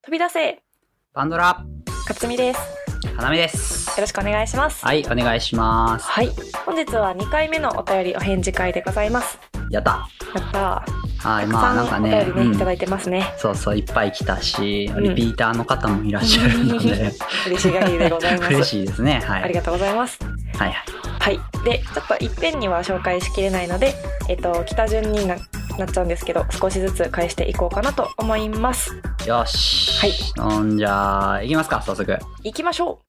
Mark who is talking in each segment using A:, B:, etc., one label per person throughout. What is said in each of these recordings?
A: 飛び出せ
B: パンドラ、
A: かつみですよ
B: 花見です。
A: ろしくお願いします
B: はい、お願いします。
A: はい、本日は2回目のお便りお返事会でございます
B: やった。
A: やったー
B: はい、
A: たく
B: ま
A: さ
B: あなんんか
A: お
B: ね、
A: 便りね、いただ
B: うん
A: いてますね
B: そうそう、いっぱい来たし、
A: うん
B: リピーターの方もいらっしゃるの で、
A: 嬉しがりでございま
B: 嬉
A: す
B: しいですね。はい。
A: ありがとうございます
B: はいはい。
A: はいでちょっといっぺんには紹介しきれないのでえっ、と北順にななっちゃうんですけど少しずつ返していこうかなと思います
B: よし。
A: はい
B: ほんじゃあ、いきますか、早速。
A: 行きましょうよ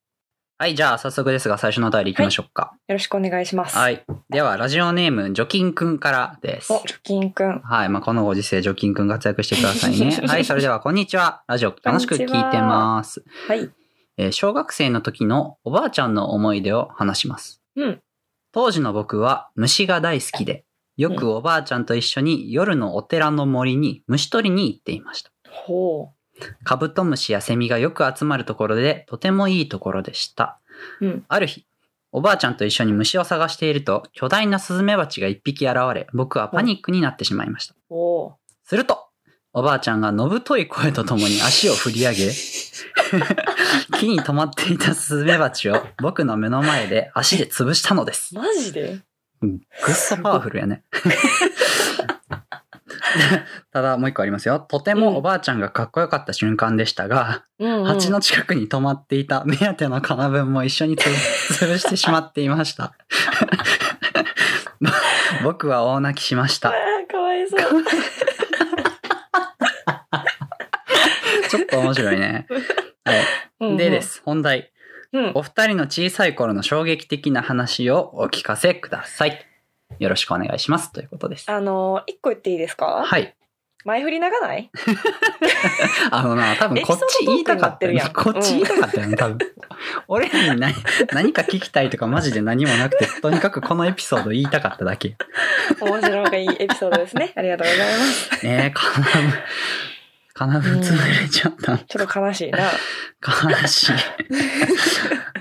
B: はい、じゃあ、早速ですが、最初のお便りいきましょうか。
A: ろしくお願いします
B: はい。では、ラジオネーム、ジョキンくんからです
A: お。貯金くん
B: はい。まあ、このご時世、ジョキンくん活躍してくださ いね。はい。それでは、こんにちは。ラジオ、楽しく聞いてます。
A: はい
B: えー小学生の時のおばあちゃんの思い出を話します。
A: うん
B: 当時の僕は虫が大好きで、よくおばあちゃんと一緒に夜のお寺の森に虫取りに行っていました。
A: ほ
B: カブトムシやセミがよく集まるところで、とてもいいところでした。
A: ううん
B: ある日、おばあちゃんと一緒に虫を探していると、巨大なスズメバチが一匹現れ、僕はパニックになってしまいました。
A: おー
B: すると、おばあちゃんがのぶとい声とともに足を振り上げ、木に止まっていたスズメバチを僕の目の前で足で潰したのです。
A: マジで
B: ぐっそパワフルやね。ただもう一個ありますよ。とてもおばあちゃんがかっこよかった瞬間でしたが、
A: うんうん
B: 蜂の近くに止まっていた目当ての金分も一緒につ 潰してしまっていました。 僕は大泣きしまし
A: あ
B: た。
A: ーかわいそう
B: ちょっと面白いね。はい。 でで、す、本題。
A: うんうん、
B: お二人の小さい頃の衝撃的な話をお聞かせください。よろしくお願いします。ということです。
A: あのー、一個言っていいですか
B: はい。
A: 前振り長ない
B: あのな、多分こっち言いたかったよね
A: エピ。ソードト
B: こ
A: ーク
B: っ
A: になっ
B: ち
A: てる
B: 言
A: やん
B: いたかったよね、多分。 俺らに何何か聞きたいとかマジで何もなくて、とにかくこのエピソード言いたかっただけ。
A: 面白がいいエピソードですね。ありがとうございます。
B: えー、かなぶ、かなぶ潰れちゃった。
A: ちょっと悲しいな。
B: 悲しい。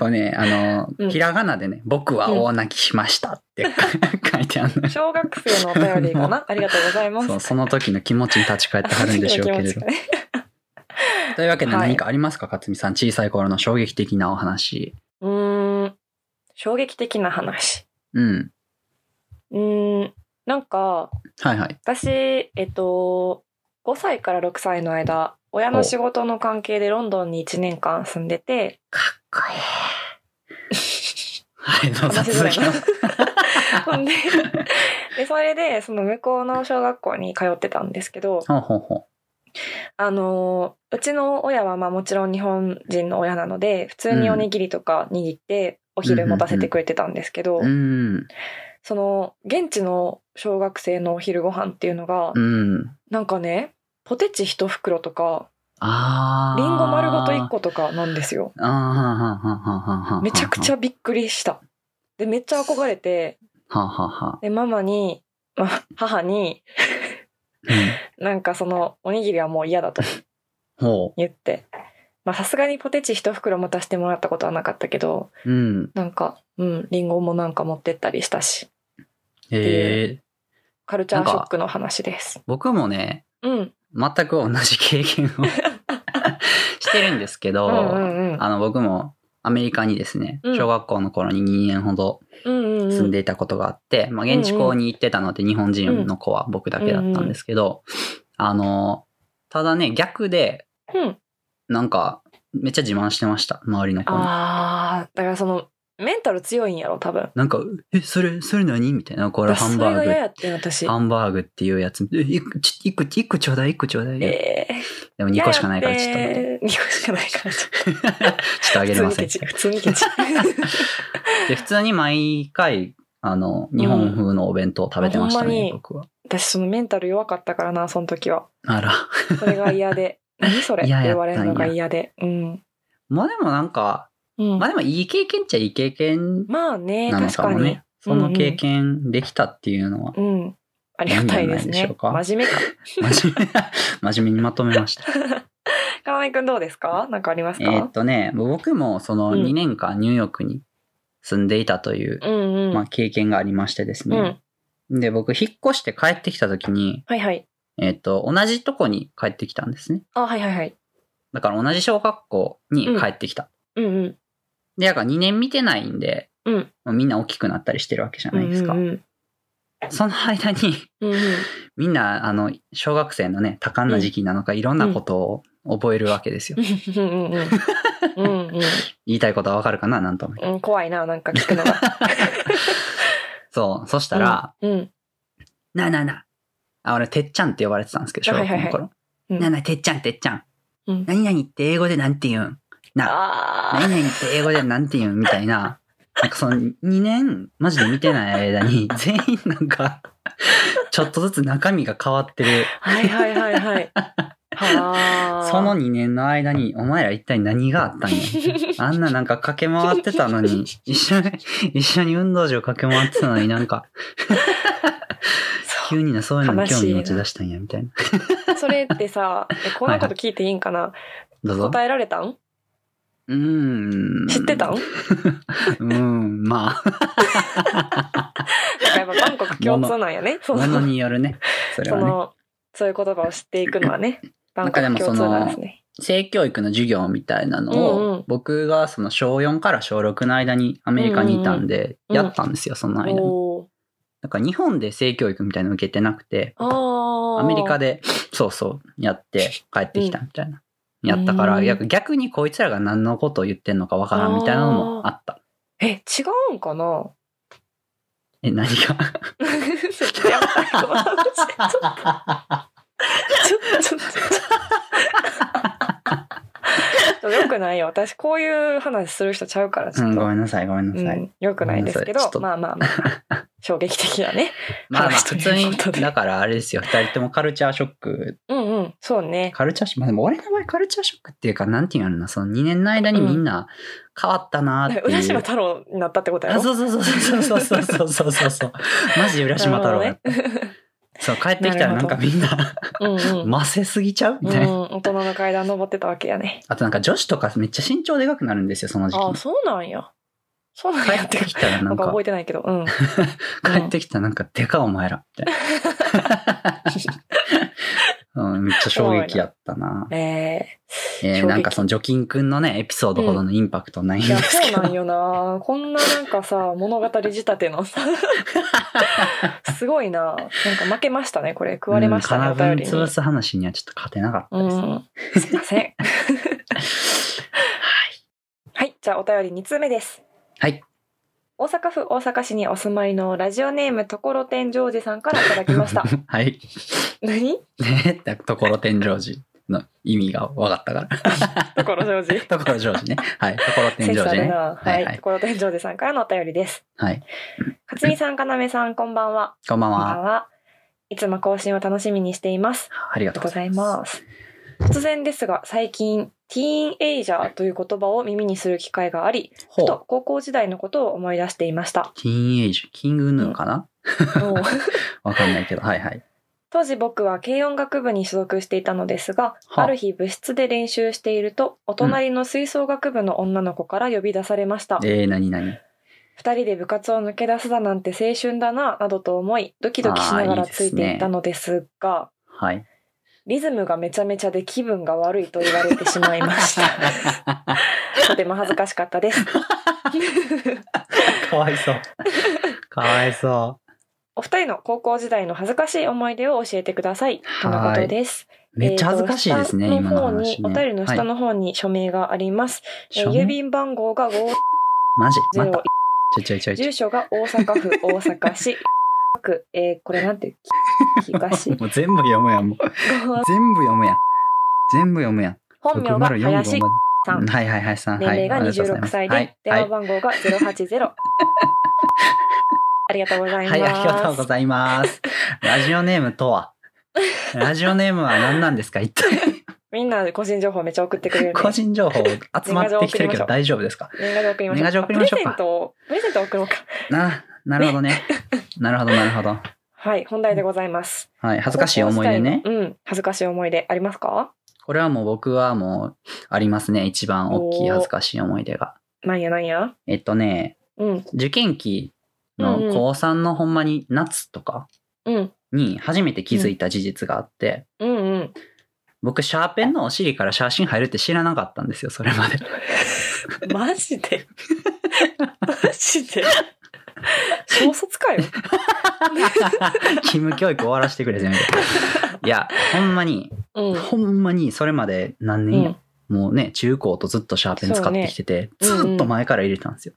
B: これね、あの、
A: うん
B: ひらがなでね、僕は大泣きしましたって書いてあるのよ
A: 小学生のお便りかな。ありがとうございます。
B: そう、その時の気持ちに立ち返ってはるんでしょうけ
A: あ
B: れ
A: の時の気持ち
B: ど
A: が。ね
B: というわけで
A: はい
B: 何かありますか、勝美さん。小さい頃の衝撃的なお話。
A: うーん。衝撃的な話。
B: うん。
A: うーん。なんか、
B: はいはい。
A: 私、えっと、5歳から6歳の間、親の仕事の関係でロンドンに1年間住んでて、
B: かっこいい。はい、ど うぞ
A: 話しづ
B: 続
A: ら
B: き
A: い
B: を
A: な。ほんで、でそれで、その向こうの小学校に通ってたんですけど、
B: ほうほうほ
A: あのーうちの親はまあもちろん日本人の親なので普通におにぎりとか握ってお昼持たせてくれてたんですけど、
B: う。うん。
A: その現地の小学生のお昼ご飯っていうのが、
B: うん。
A: なんかねポテチ一袋とか
B: ああ。
A: リンゴ丸ごと一
B: 個。
A: 個とかなんですよ
B: あーはんはんはんはんはんはんはん
A: めちゃくちゃびっくりしたでめっちゃ憧れて
B: はんはんは
A: でママにまあ母に
B: ん。うん
A: なんかそのおにぎりはもう嫌だと
B: ほ
A: 言ってまあさすがにポテチ一袋持たせてもらったことはなかったけど
B: う。うん。
A: なんか、うん、リンゴもなんか持ってったりしたし、
B: へえ。
A: カルチャーショックの話です。
B: 僕もね、
A: うん。
B: 全く同じ経験を してるんですけ
A: う
B: ど、
A: んうんうん。
B: あの、僕もアメリカにですね、
A: うん
B: 小学校の頃に2年ほど
A: うんうんうん。
B: 住んでいたことがあって、まあ、現地校に行ってたので、日本人の子は僕だけだったんですけど、あの、ただね、逆で、
A: うん。
B: なんか、めっちゃ自慢してました、周りの子に。
A: あー、だからその、メンタル強いんやろ、多分。
B: なんか、え、それ、それ何みたいな、これ
A: 私
B: ハン
A: それ
B: バ
A: が嫌
B: ー
A: やってん私
B: グ。。ハンバーグっていうやつ。え、一個、ち一個、一個ちょうだい、一個ちょうだい。
A: え
B: でも
A: ー、
B: 2個しかないから、ちょっと、
A: 2個しかないから、ちょっと。
B: ちょっとあ
A: 普
B: げれ
A: 通
B: ま
A: に
B: せん
A: ケ。チ。普通にケチ。
B: で、普通に毎回、あの、日本風のお弁当を食べてました
A: うんほんま
B: ね、
A: に
B: 僕は。
A: 私、そのメンタル弱かったからな、その時は。
B: あら。
A: それが嫌で。何それって
B: 嫌や
A: 言
B: った
A: わ
B: んや
A: れるのが嫌で。うん。
B: まあでもなんか、
A: うん
B: まあでもいい経験っちゃいい経験
A: まあね、
B: なの
A: 確
B: か
A: か
B: も
A: に
B: ね。。その経験できたっていうのは、
A: うん。ありがたいです
B: いいんじゃないでしょ
A: ね
B: う。か
A: 真面目か。
B: 真面 目真面目にまとめました。
A: かなめくんどうですかなんかあります
B: え
A: か、
B: ーっとね、僕もその
A: うん
B: 2年間ニューヨークに住んでいたという、
A: うんうん。
B: まあ経験がありましてですね。で、僕引っ越して帰ってきた時に、
A: はいはい。
B: えーっと、同じとこに帰ってきたんですね。
A: あ、はいはいはい。
B: だから同じ小学校に帰ってきた。
A: うんうん。
B: で、だから2年見てないんで、
A: うん
B: もうみんな大きくなったりしてるわけじゃ
A: う
B: ない
A: ん
B: ですか。
A: うん
B: その間に、
A: うんうん
B: みんな、あの、小学生のね、多感な時期なのか、いろんなことを覚えるわけですよ。
A: うんうんうんうんうん
B: 言いたいことはわかるかな、なんとも。
A: うん怖いな、なんか聞くのが。
B: そう、そしたら、
A: うん。
B: なあなあなあ、あ、俺、てっちゃんって呼ばれてたんですけど、小学校の頃。
A: うん
B: なあなあ、てっちゃん、てっちゃん。
A: うん
B: 何々って英語でなんて言うん なあ、
A: あ
B: 何々って英語でなんて言うんみたい な。なんかその2年、マジで見てない間に、全員なんか、ちょっとずつ中身が変わってる。
A: あ。はいはいはいはい。はあ。
B: その2年の間に、お前ら一体何があったんや。 あんななんか駆け回ってたのに、一緒に、一緒に運動場駆け回ってたのになんか、
A: そ
B: 急になそういうのに興
A: 悲しい
B: 味
A: な
B: 持ち出したんや、みたいな。
A: うそれってさ、えこんなこと聞いていいんかな
B: どうぞ。
A: 答えられたん
B: うーん。
A: 知ってたん
B: うーん、まあ、
A: やっぱ韓国共通なんやね。 そ
B: も
A: の、
B: のによるね。それ
A: そ
B: はね。
A: の、そういう言葉を知っていくのはね、
B: な
A: 韓
B: んかで
A: 国
B: も
A: 共通なんですね。
B: 性教育の授業みたいなのを、
A: うんうん
B: 僕がその小4から小6の間にアメリカにいたんで、
A: うんうん
B: やったんですよ、その間に。
A: おー
B: だから日本で性教育みたいなの受けてなくて、
A: あ
B: アメリカ
A: で。
B: で、そうそう、やって帰ってきたみたいな。やったか
A: う
B: ら、
A: ん
B: 逆逆にこいつらが何のことを言ってんのかわからんみたいなのもあった。
A: え、違うんかな
B: え、何が
A: ちょっとやばいちょっと、ちょっと、ちょっとちょっと。よくないよ。私、こういう話する人ちゃうから、ち
B: う
A: ょっ
B: ん、
A: と。
B: ごめんなさい、ごめんなさい。
A: うんよくないですけど
B: ごめんなさいちょっ、と
A: まあまあまあ、衝撃的やね。
B: まあまあ、
A: 話と
B: 普通
A: いう
B: に
A: ことで、
B: だからあれですよ、二人ともカルチャーショック、
A: うんうん、そうね。
B: カルチャーショック、まあでも俺の場合カルチャーショックっていうか、なんていうのかな、その2年の間にみんな変わったなーって
A: 浦
B: いう。
A: 島太郎になったってことや
B: あ
A: ろ
B: そうそうそうそうそうそうそうそうそ うそう。マジ浦島太郎やった。そう、帰ってきたらなんかみんな、
A: うんうん。
B: ませすぎちゃうみたいな。
A: うん、大人の階段登ってたわけやね。
B: あとなんか女子とかめっちゃ身長でかくなるんですよ、その時期
A: あ
B: に
A: あ、。そうなんや。そうなん
B: 帰
A: や
B: っ
A: ってか
B: てきたらな
A: なんんか
B: か
A: 覚、えてないけど、うん。
B: 帰ってきたらなんか、でかお前ら、みたいな。うん、めっちゃ衝撃やったな。
A: え
B: え
A: 衝
B: ー、
A: 撃
B: なんかその除菌くんのね、エピソードほどのインパクトないん
A: ー、い
B: で
A: や、
B: す
A: そ
B: け
A: う
B: ど。
A: なんよな。こんななんかさ、物語仕立てのさ、すごいな。なんか負けましたね、これ。食われましたね、
B: う
A: お
B: ん金
A: 便
B: 分
A: りに。
B: 潰す話にはちょっと勝てなかった
A: う
B: で
A: ん。すいません。
B: す。
A: はい、じゃあお便り2通目です。
B: はい。
A: 大阪府大阪市にお住まいのラジオネームところてんジョージさんからいただきま した。
B: はい。
A: 何
B: ねえ、ところ天井寺の意味が分かったか
A: と
B: ら。
A: ころジョージ。
B: ところ上司ね。 はい。ところ天
A: セ
B: 井
A: ンス
B: 寺
A: ある
B: ね。
A: な。
B: は
A: はいい、ところてんジョージさんからのお便りです。
B: はい。
A: 勝美さん、かなめさん、こんばんは。
B: こんばん
A: こん
B: は。
A: いつも更新を楽しみにしています。
B: ありが
A: あり
B: と
A: が
B: う
A: と
B: ご
A: うご
B: ざ
A: ざ
B: い
A: い
B: ます。
A: ます。突然ですが、最近、ティーンエイジャーという言葉を耳にする機会があり、ふ
B: ほう
A: と。高校時代のことを思い出していま した。
B: ティーンエイジ、キングヌーかな
A: もう
B: わかんないけど、はいはい。
A: 当時僕は軽音楽部に所属していたのですが、
B: はあ
A: ある日部室で練習していると、お隣の吹奏楽部の女の子から呼び出されました。
B: えー、なになに
A: 二人で部活を抜け出すだなんて青春だな、などと思い、ドキドキしなが
B: あーいい
A: ら
B: で
A: つ
B: すね
A: いていったのですが、
B: はい。
A: リズムがめちゃめちゃで気分が悪いと言われてしまいま した。 とても恥ずかしかったです。
B: かわいそう。かわいそ
A: お二人の高校時代の恥ずかしい思い出を教えてください。とのことです。
B: う。めっちゃ恥ずかしいですね、
A: えーと
B: 今の話、
A: 下
B: ね。
A: の方に、お便りの下
B: はい、
A: の方に署名があります。えー
B: 署名
A: 郵便番号が5
B: マジま
A: 0
B: た。ちょいちょいちょいちょ
A: 住所が大阪府大阪市区えーこれなんて東
B: い。もう全部読むやん、もう。全部読むやん。全部読むやん。
A: 本名が
B: 604号まで
A: 林さん
B: はいはいはい、さん。
A: 年齢が
B: はいありとうござ
A: 26歳
B: います
A: で、
B: はい。
A: 電話番号が080、ありがとうございます、
B: はい、ありがとうございます。ラジオネーム とはラジオネームは何なんですか一体。
A: みんな個人情報めっちゃ送ってくれる、ね、
B: 個人情報集まってきてるけど大丈夫です か
A: 年賀状送りましょうプ
B: 年賀状送りましょうか
A: レゼントをプレゼントを送ろうか
B: な、なるほどね。 なるほど、なるほど。
A: はい本題でございます
B: はい、恥ずかしい思い出ね
A: 高。校時代のうん恥ずかしい思い出ありますか
B: これはもう僕はもう、ありますね。一番大きい恥ずかしい思い出が。
A: なんやなんや
B: えっとね、
A: うん
B: 受験期の高3のほんまに夏とか
A: うん
B: に初めて気づいた事実があって、
A: うんうん
B: 僕、シャーペンのお尻から写真入るって知らなかったんですよ、それまで。
A: マジでマジで小卒かよ。
B: 義務教育終わらせてくれ、せめて。いや、ほんまに、
A: うん。
B: ほんまに、それまで何
A: う
B: 年や、
A: ん
B: もうね、中高とずっとシャーペン使ってきてて、
A: そうね
B: ずっと前から入れてたんですよ。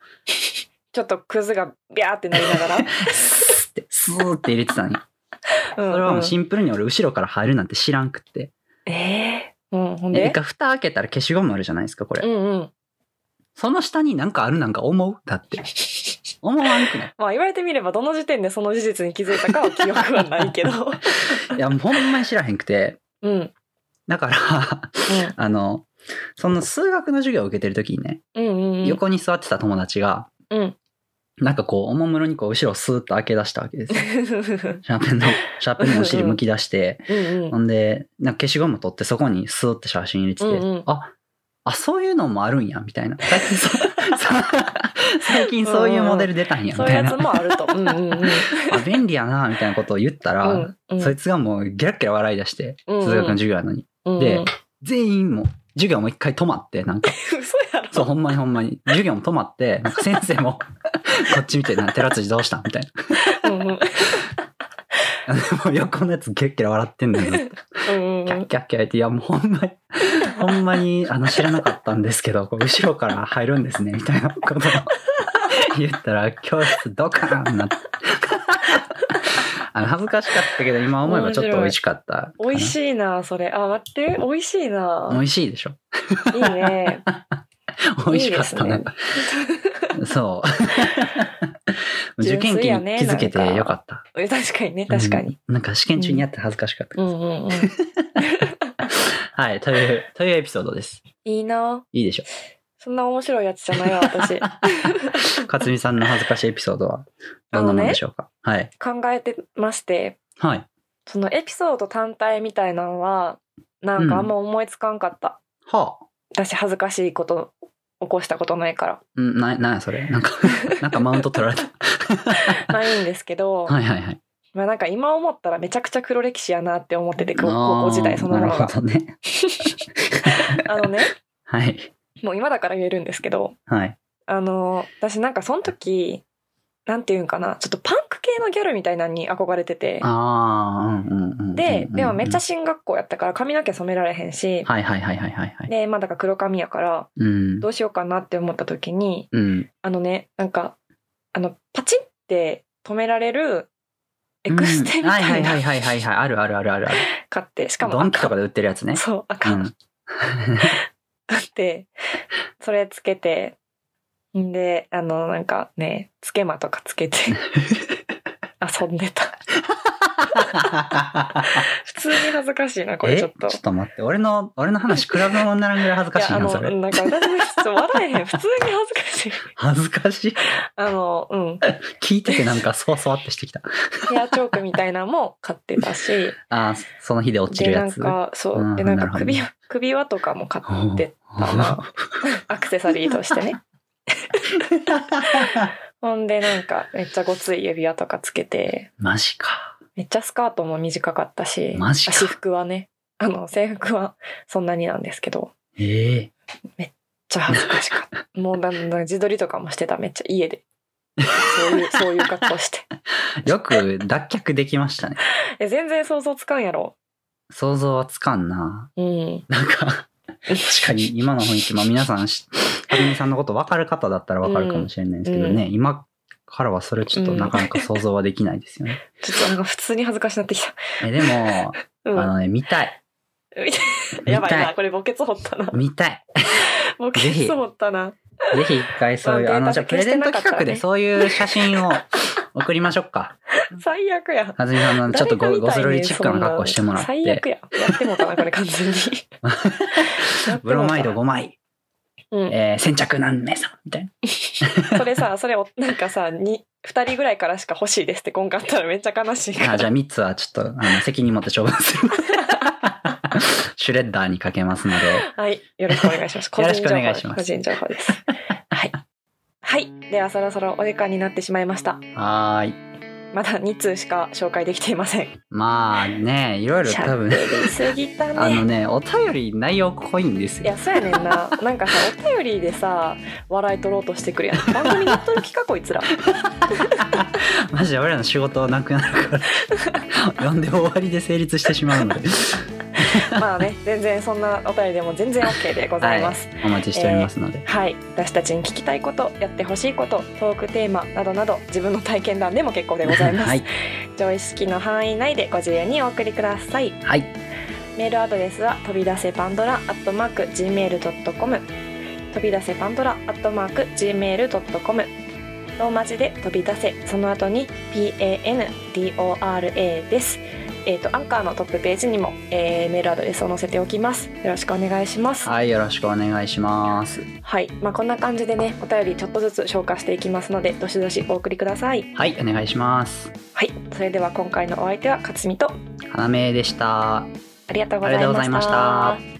A: ちょっとクズがビャーってなりながら。
B: スーって、スーって入れてたのに。
A: うん、
B: それはも
A: う
B: うんシンプルに俺後ろから入るなんて知らんくって。
A: ええうん、ほん
B: え、一
A: で。
B: 回蓋開けたら消しゴムあるじゃないですか、こ
A: う
B: れ。
A: んうん。
B: その下になんかあるなんか思うだって。思わんくない
A: まあ言われてみれば、どの時点でその事実に気づいたかは記憶はないけど。
B: いや、もうほんまに知らへんくて。
A: うん。うん。
B: だから、 あの、その数学の授業を受けてる時にね、
A: うんうん うん。
B: 横に座ってた友達が、
A: うん。
B: なんかこう、おもむろにこう、後ろをスーッと開け出したわけですよ。シャーペンの、シャーペンのお尻むき出して、
A: うんう
B: ほ
A: ん。
B: んで、なんか消しゴム取ってそこにスーって写真入れてて、
A: うんうん
B: あ、あ、そういうのもあるんや、み たいな。最近そ最近そういうモデル出たんや、み
A: そう
B: た
A: いう
B: い
A: や
B: な。
A: つもあると。うんうんうん。
B: あ、便利やな、みたいなことを言ったら、
A: うんうん
B: そいつがもうギラッギラ笑い出して、
A: うんうん
B: 数学の授業なのに。
A: うんうん
B: で、全員も、授業も一回止まって、なんか、
A: 嘘やろ。
B: そう、ほんまにほんまに。授業も止まって、なんか先生も、 こっち見て、な、寺辻どうしたみたいな。
A: うんうん。
B: あのもう横のやつゲッゲラ笑ってんのよ。ずっと
A: うんうん
B: キャッキャッキャッって、いや、もうほんまに、ほんまに、あの、知らなかったんですけど、こう後ろから入るんですね、みたいなことを言ったら、教室ドカーンなって。あの、恥ずかしかったけど、今思えばちょっと美味しかったかな。
A: 美味しいな、それ。あ、待って。美味しい
B: 美
A: な。
B: 味しいでしょ
A: いいね。
B: 美味しかった
A: いい
B: ね
A: で。
B: そう。受
A: 純
B: 験
A: 粋
B: 期
A: や
B: に
A: ね
B: 気づ
A: なん
B: けて
A: か
B: よかった。
A: え確かにね、確かに。
B: うん。なんか試験中にやって恥ずかしかった
A: う
B: から。
A: んう んうん。
B: はい、という、というエピソードです。
A: いいな。
B: いいでしょ
A: そんな面白いやつじゃないわ、 私。
B: う。かつみさんの恥ずかしいエピソードは、どんなもんでしょうか。はい。
A: 考えてまして、
B: はい。
A: そのエピソード単体みたいなのは、なんかあんま思いつかんかった。
B: はあ。
A: 私恥ずかしいこと、起こしたことないから。
B: うん、な、なんやそれ。な んか、なんかマウント取られた。
A: ないんですけ ど、
B: はいはいはい。
A: まあなんか今思ったらめちゃくちゃ黒歴史やなって思ってて、高
B: あー
A: 高校時代そのもの
B: な
A: が
B: る。ほどね。
A: あのね、
B: はい。
A: もう今だから言えるんですけど、
B: はい。
A: あの、私なんかその時、なんていうんかな、ちょっとパンク系のギャルみたいなのに憧れてて、
B: ああ、うんうんうんうんうん。
A: で、でもめっちゃ
B: し
A: 進学校やったから髪の毛染められへんし、
B: はいはいはいはいはいはい。
A: で、まあだから黒髪やから、
B: うん。
A: どうしようかなって思った時に、
B: うん。
A: あのね、なんか、あの、パチンって止められるエクステみ
B: うんは
A: た
B: い
A: いな
B: はい
A: の
B: はいはいはい。あるあるあるあるある。
A: 買って、しかも
B: ドンキ
A: 赤
B: とかで売ってるやつね。
A: そう、
B: う
A: 赤、
B: ん。
A: 買って、それつけて、んで、あの、なんかね、つけまとかつけて、遊んでた。普通に恥ずかしい な、これ
B: え
A: ちょっと。
B: ちょっと待って。俺の、俺の話、比べ物にならんぐらい恥ずかしい
A: やあ
B: な、
A: の
B: それ。
A: なんか私もちょっと笑えへん普通に恥ずかしい
B: 恥ずかしい。
A: あのうん
B: 聞いててなんか、そわそわってしてきた。
A: ヘアチョークみたいなのも買ってたし
B: あーその日で落ちる
A: でな
B: や
A: ん
B: つ。
A: かそう、
B: うん
A: でなん
B: な
A: か
B: るほど
A: 首輪首輪とかも買ってたなアクセサリーとして ねほんでなんかめっちゃごつい指輪とかつけて
B: マジか。
A: めっちゃスカートも短かったし
B: マジか
A: 私服はねあの制服は そんなになんですけど
B: ええ
A: めっちゃ恥ずかしか ったもうだんだん自撮りとかもしてためっちゃ家でそう いうそういう格好して
B: よく脱却できましたね。
A: え全然想像つかんやろ
B: 想像はつかんな。
A: うん
B: なんか、確かに今の雰囲気、まあ皆さんし、はじめさんのこと分かる方だったら分かるかもしれないですけどね、今からはそれちょっとなかなか想像はできないですよね。
A: ちょっとなんか普通に恥ずかしなってきた
B: えでも、
A: うん
B: あのね、見たい。見
A: やばい
B: た。
A: ないこれ墓穴掘ったな
B: 見たい。
A: 墓穴掘ったな
B: ぜひ一回そういう、
A: まあ
B: あの、
A: デ
B: じ
A: ー
B: ゃあ
A: タ
B: プ
A: 消
B: レ
A: して
B: ゼン
A: な
B: ト
A: かったらね
B: 企画でそういう写真を送りましょうか。
A: 最悪や
B: はずみさんのちょっとご
A: 誰が見
B: ご
A: たいね
B: ぞ
A: ん
B: ろいチックな格好してもらっ
A: そんな最
B: て
A: 悪、ややってもうたなこれ完全に やってもうた
B: ブロマイド5枚、
A: うん、
B: えー先着何名さんみたいな。
A: それさそれをなんかさに二人ぐらいからしか欲しいですって今回あったらめっちゃ悲しいか
B: あじゃ
A: ら
B: あ3つはちょっと、 あの、責任持って処分する。シュレッダーにかけますので。
A: はいよろしくお願いします個
B: よ
A: 人情報
B: ろしくお願いします
A: 個人情報ですはいはいではそろそろお時間になってしまいました
B: はーい。
A: まだ2通しか紹介できていません。
B: まあね、いろいろ多分、
A: 喋りすぎたね。
B: あのね、お便り内容濃いんです
A: い
B: よ。
A: やそうやねんななんかさお便りでさ笑い取ろうとしてくるやん番組やっとる気かこいつら
B: マジで俺らの仕事なくなるから、 読んで終わりで成立してしまうので、
A: まあね全然そんなお便りでも全然 OK で ございます
B: お待ちしておりますので。
A: はい、私たちに聞きたいことやってほしいことトークテーマなどなど自分の体験談でも結構でございます、
B: はい、
A: 常識の範囲内でご自由にお送りください
B: はい、
A: メールアドレスは飛び出せパンドラアットマーク Gmail.com 飛び出せパンドラアットマーク Gmail.com ローマ字で飛び出せその後に PANDORA ですえっ、とアンカーのトップページにも、えーメールアドレスを載せておきますよろしくお願いしますはい、
B: はい、よろしくお願いします。
A: まあこんな感じでねお便りちょっとずつ消化していきますのでどしどしお送りください
B: はい、お願いします。
A: はいそれでは今回のお相手は勝美と
B: 花芽でした。
A: ありがとう
B: ありがとうございました